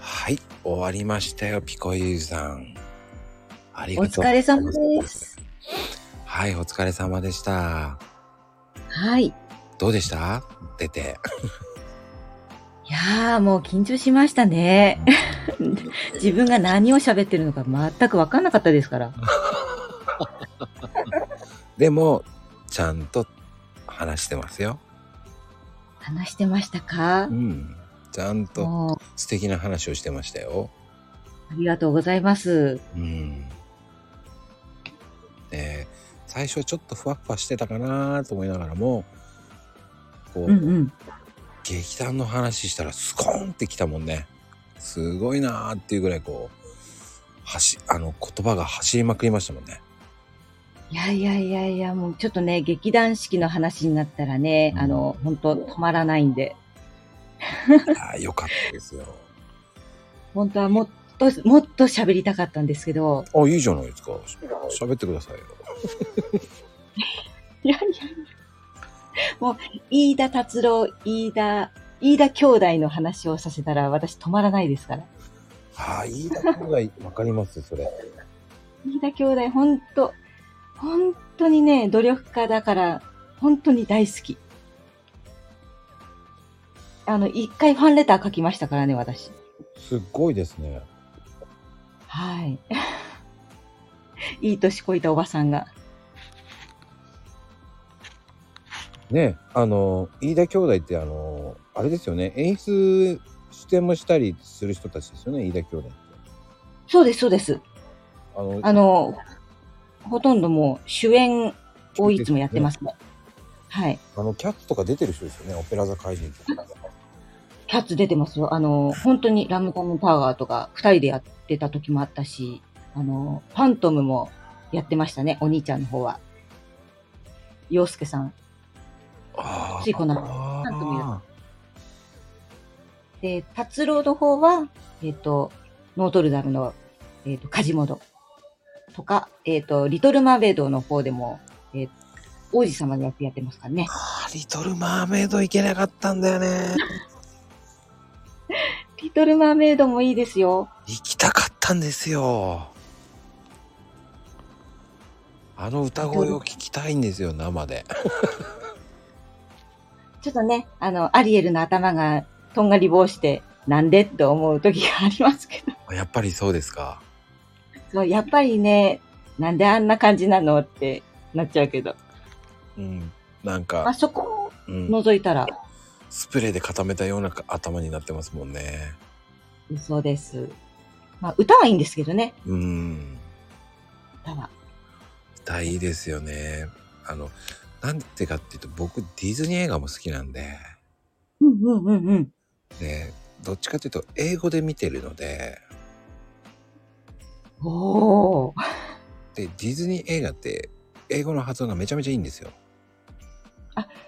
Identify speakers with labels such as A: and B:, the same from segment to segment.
A: はい、終わりましたよ、ピコユーさん。あり
B: お
A: がとうご
B: 疲
A: ざい
B: れ様
A: ます。
B: です。
A: はい、お疲れ様でした。
B: はい。い
A: どうでした出て。
B: やー、もう緊張しましたね。 自分が何を喋ってるのか全く分かんなかったですから。
A: でも、ちゃんと話してますよ。
B: 話してましたか
A: うん。ちゃんと
B: もう、
A: 素敵な話をしてましたよ。
B: ありがとうございます。
A: うん。で、最初ちょっとふわっふわしてたかなと思いながらも、こ
B: う
A: う、
B: んうん。
A: 劇団の話したらスコーンってきたもんね。すごいなーっていうぐらいこう、はし、あの言葉が走りまくりましたもんね。
B: いやいやいやいや、もうちょっとね、劇団式の話になったらね、
A: うん
B: あの、本当止まらないんで。
A: いやーよかったですよ。
B: 本当はもっと、もっと喋りたかったんですけど。
A: あ、いいじゃないですか。喋ってくださいよ。
B: いやいやいや。もう、飯田達郎、飯田、飯田兄弟の話をさせたら私止まらないですから。
A: あー、いいだけがわかります、それ。
B: 飯田兄弟、ほんと、ほんとにね、努力家だから、ほんとに大好き。あの、一回ファンレター書きましたからね、私。
A: すっごいですね。
B: はい。いい年こいたおばさんが。
A: ねあの飯田兄弟ってあのあれですよね演出出演もしたりする人たちですよね飯田兄弟って
B: そうです、そうです。
A: あの
B: あの、ほとんどもう主演をいつもやってますすね。はい。
A: あのキャッツとか出てる人ですよねオペラ座怪人とか
B: キャッツ出てますよ。あの、本当にラムダムパワーとか二人でやってた時もあったし、あの、ファントムもやってましたね、お兄ちゃんの方は。洋介さん。
A: あ
B: ついこの
A: あ
B: なんとも言
A: ー
B: で、達郎の方は、えっ、と、ノートルダムの、えっ、と、カジモドとか、えっ、と、リトルマーメイドの方でも、えー王子様の役やってますからね。
A: あーリトル・マーメイド行けなかったんだよ ね
B: リトルマーメイドもいいですよ。
A: 行きたかったんですよあの歌声を聞きたいんですよ生で
B: ちょっとね、あの、アリエルの頭がとんがり帽子で、なんでって思う時がありますけど。
A: やっぱりそうですか
B: そう、やっぱりね、なんであんな感じなのってなっちゃうけど。
A: うんなん
B: まあ、
A: か、
B: そこを
A: うん、
B: 覗いたら、
A: スプレーで固めたような頭になってますもんね
B: そうです。まあ、歌はいいんですけどね、
A: うん
B: 歌は。
A: 歌いいですよねあのなんてかっていうと僕ディズニー映画も好きなんで
B: うんうんうんうん。
A: でどっちかというと英語で見てるので
B: おー。
A: でディズニー映画って英語の発音がめちゃめちゃいいんですよ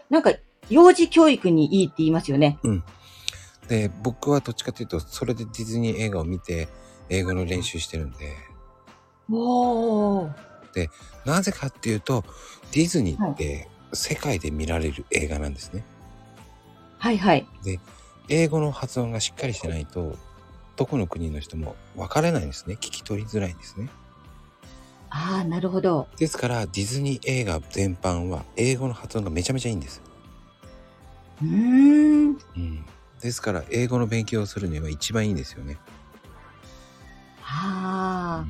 B: なんか、幼児教育にいいって言いますよね。
A: で僕はどっちかというとそれでディズニー映画を見て英語の練習してるんで
B: おー。
A: なぜかっていうとディズニーって世界で見られる映画なんですね
B: はいはい。
A: 英語の発音がしっかりしてないとどこの国の人も分からないんですね聞き取りづらいんですね
B: あー、なるほど。
A: ですからディズニー映画全般は英語の発音がめちゃめちゃいいんです、
B: うーん。
A: うん、ですから英語の勉強をするには一番いいんですよね、
B: あ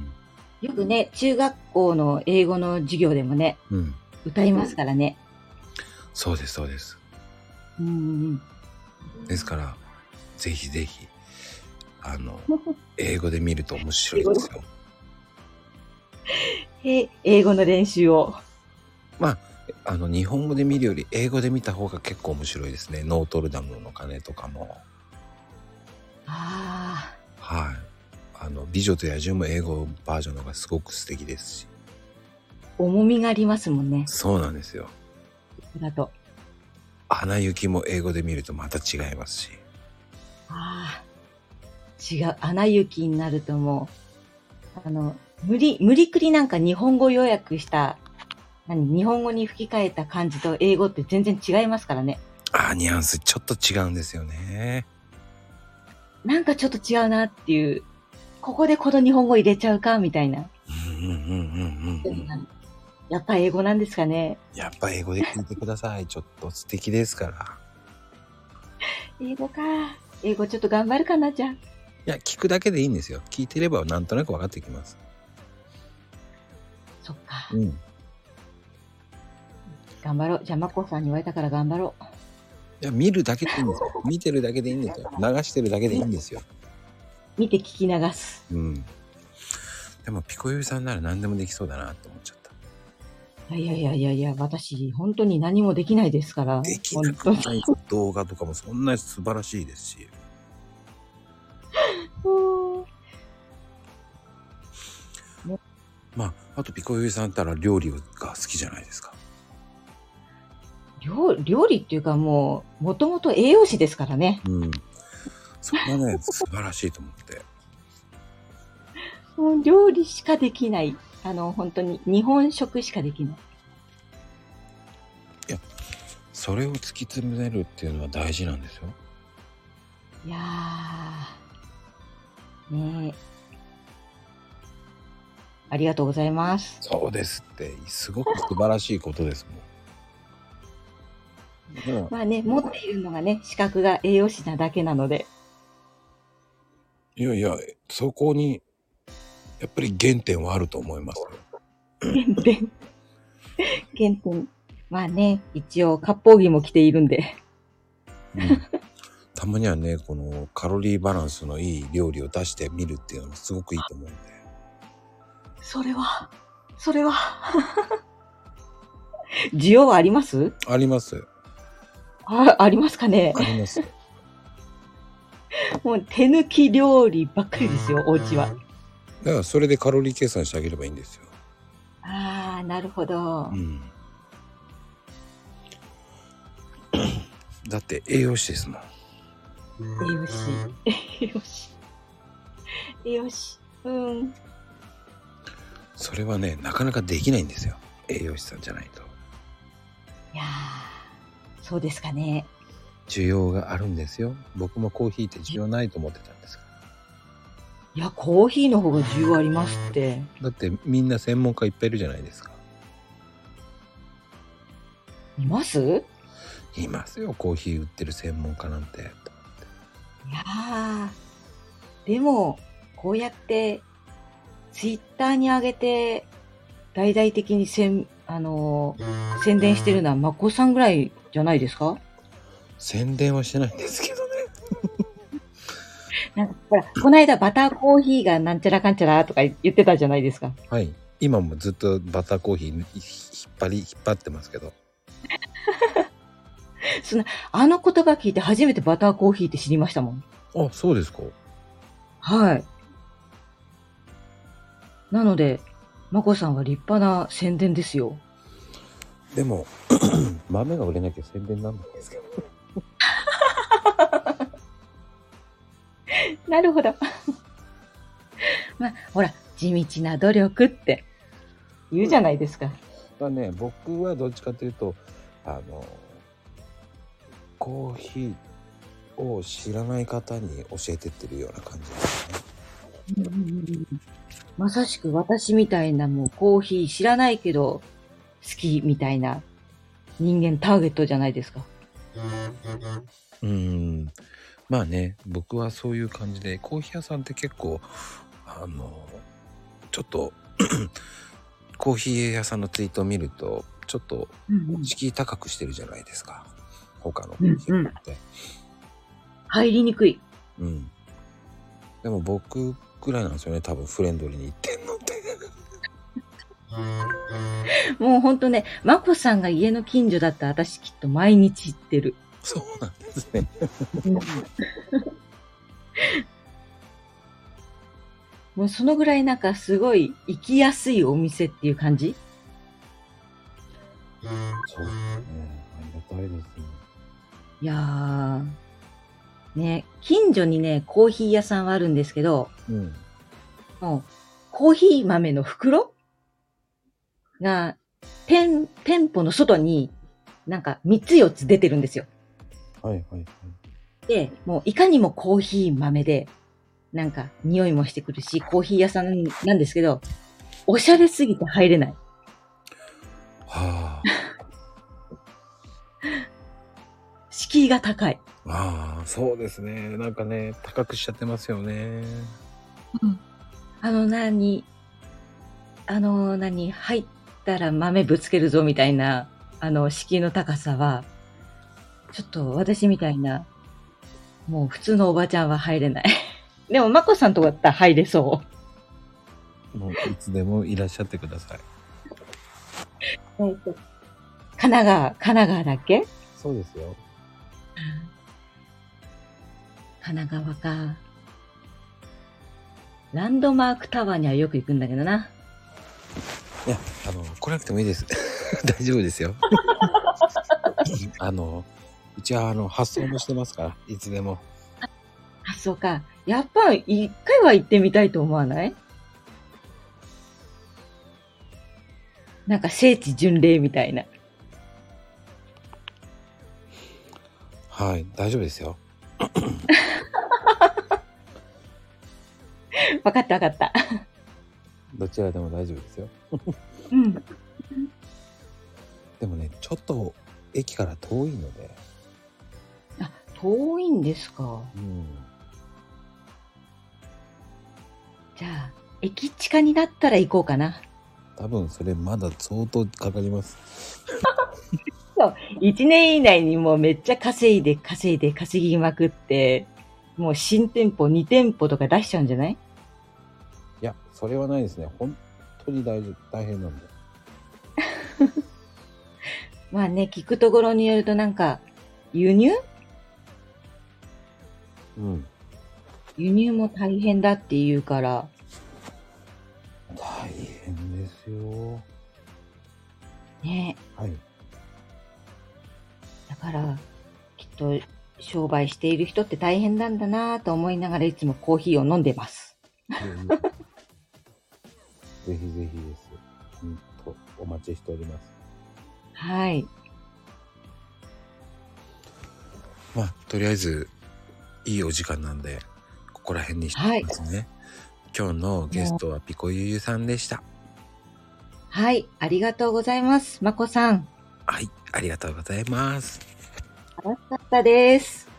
B: ー。よくね、中学校の英語の授業でもね、
A: うんうん、
B: 歌いますからね。
A: そうですそうです
B: うんうん
A: ですからぜひぜひあ の
B: うん。
A: 英語で見ると面白いですよ
B: え、英語の練習を。
A: あの日本語で見るより英語で見た方が結構面白いですねノートルダムの鐘とかも
B: あ
A: はいあの美女と野獣も英語バージョンの方がすごく素敵ですし
B: あ、重みがありますもんね。
A: そうなんですよ
B: だと。
A: 花雪も英語で見るとまた違いますし
B: ああ、違う。穴行きになるともう、あの、無理、無理くりなんか日本語予約した、何、日本語に吹き替えた感じと英語って全然違いますからね。
A: あーニュアンスちょっと違うんですよね。
B: なんかちょっと違うなっていう、ここでこの日本語入れちゃうかみたいな。
A: うんうんうんうんうん。
B: やっぱ英語なんですかね。
A: やっぱ英語で聞いてください。ちょっと素敵ですから。
B: 英語か。英語ちょっと頑張るかな、じゃあ。
A: いや、聞くだけでいいんですよ。聞いてればなんとなく分かってきます。
B: そっか
A: う。ん。い
B: 頑張ろう。じゃあ、まこさんに言われたから頑張ろう。
A: や、見るだけでいいんです よ。見てるだけでいいんですよ。流してるだけでいいんですよ。
B: 見て聞き流す。
A: うん。でも、ピコユーさんなら何でもできそうだなって思っちゃった。
B: いやいやいやいやいや、私、本当に何もできないですから。
A: できな
B: 本
A: く
B: 当に。
A: ない動画とかもそんな素晴らしいですし。
B: うーん
A: まあ、あとピコユーさんったら料理が好きじゃないですか。
B: 料料理っていうかもう、もともと栄養士ですからね。
A: うん。それがね、素晴らしいと思って。
B: もう料理しかできない。あの、本当に日本食しかできない。
A: それを突き詰めるっていうのは大事なんですよ。
B: いやー。ねえ。ありがとうございます。
A: そうですって、すごく素晴らしいことですもん。 もう
B: まあね、持っているのがね、資格が栄養士なだけなので。
A: いやいや、そこに、やっぱり原点はあると思いますよ。
B: 原点。原点。まあね、一応、割烹着も着ているんで。
A: うん、たまにはね、このカロリーバランスのいい料理を出してみるっていうのもすごくいいと思うんで。
B: それは、それは。 需要はあります
A: あります。
B: あ、ありますかね
A: あります。
B: もう手抜き料理ばっかりですよ、お家は。
A: だからそれでカロリー計算してあげればいいんですよ。
B: ああ、なるほど
A: う。ん。だって栄養士ですもん。
B: 栄養士。栄養士。栄養士。うん。
A: それはね、なかなかできないんですよ。栄養士さんじゃないと。
B: いやーそうですかね。
A: 需要があるんですよ。僕もコーヒーって需要ないと思ってたんですか
B: いや、コーヒーの方が需要ありますって。
A: ら。だってみんな専門家いっぱいいるじゃないですか。
B: いますい
A: いますよ、コーヒー売ってる専門家なんて。
B: やーでも、こうやって、ツイッターに上げて、大々的にせん、あのー宣伝してるのは、まこさんぐらいじゃないですか
A: 宣伝はしてないんですけどね。
B: なんか、ほら、この間バターコーヒーがなんちゃらかんちゃらとか言ってたじゃないですか。
A: はい。今もずっとバターコーヒーひ引っ張り、引っ張ってますけど。
B: あの言葉聞いて初めてバターコーヒーって知りましたもん。
A: あ、そうですか。
B: はい。なので、まこさんは立派な宣伝ですよ。
A: でも、 豆が売れなきゃ宣伝なんないですけど。
B: なるほど。 まあ、ほら、地道な努力って言うじゃないですか。
A: まあね、僕はどっちかというと、あの、コーヒーを知らない方に教えてってるような感じですね。
B: まさしく私みたいなもうコーヒー知らないけど好きみたいな人間ターゲットじゃないですか。
A: うーん。まあね、僕はそういう感じで、コーヒー屋さんって結構、あの、ちょっと、 コーヒー屋さんのツイートを見ると、ちょっと敷居高くしてるじゃないですか。他のコーヒー屋さんって。
B: 入りにくい。
A: うん。でも僕くらいなんですよね、多分フレンドリーに言ってんのって。
B: もうほんとね、まこさんが家の近所だったら私きっと毎日行ってる。
A: そうなんですね。
B: もうそのぐらいなんかすごい行きやすいお店っていう感じ
A: そうですね。ありがたいですね。
B: いやー。ね、近所にね、コーヒー屋さんはあるんですけど、
A: うん。
B: もう、コーヒー豆の袋が、店、店舗の外に、なんか3つ4つ出てるんですよ。
A: はいはいはい。
B: で、もういかにもコーヒー豆で、なんか匂いもしてくるし、コーヒー屋さんなんですけど、おしゃれすぎて入れない。
A: はあ。
B: 敷居が高い。
A: ああ、そうですね。なんかね、高くしちゃってますよね。
B: あの、なに、あの、なに、入ったら豆ぶつけるぞみたいな、あの、敷居の高さは、ちょっと私みたいな、もう普通のおばちゃんは入れない。 でも、まこさんとかだったら入れそ
A: もういつでもいらっしゃってください。
B: う。神奈川、神奈川だっけ
A: そうですよ。
B: 神奈川か。ランドマークタワーにはよく行くんだけどな。
A: いや、あの、来なくてもいいです。 大丈夫ですよ。 あの、うちはあの発送もしてますから、いつでも。
B: あ、そうか。やっぱ、一回は行ってみたいと思わないなんか聖地巡礼みたいな。
A: はい、大丈夫ですよ。
B: わかったわかった。
A: どちらでも大丈夫ですよ。
B: うん。
A: でもね、ちょっと駅から遠いので。
B: あ、遠いんですか。
A: うん。
B: じゃあ、駅地下になったら行こうかな。
A: 多分それまだ相当かかります。
B: 1年以内にもうめっちゃ稼いで稼いで稼ぎまくって、もう新店舗2店舗とか出しちゃうんじゃない
A: いや、それはないですね。本当に大丈夫、大変なんで。
B: まあね、聞くところによるとなんか、輸入
A: うん。
B: 輸入も大変だっていうから、
A: 大変ですよ。
B: ね、
A: はい。
B: だから、きっと商売している人って大変なんだなぁと思いながらいつもコーヒーを飲んでます。
A: ぜひぜひです。本当お待ちしております。
B: はい。
A: まあ、とりあえず、いいお時間なんで、ここら辺にしておきますね。今日のゲストはピコゆゆさんでした。
B: はい。ありがとうございます。まこさん。
A: はい、ありがとうございます。
B: 楽しかったです。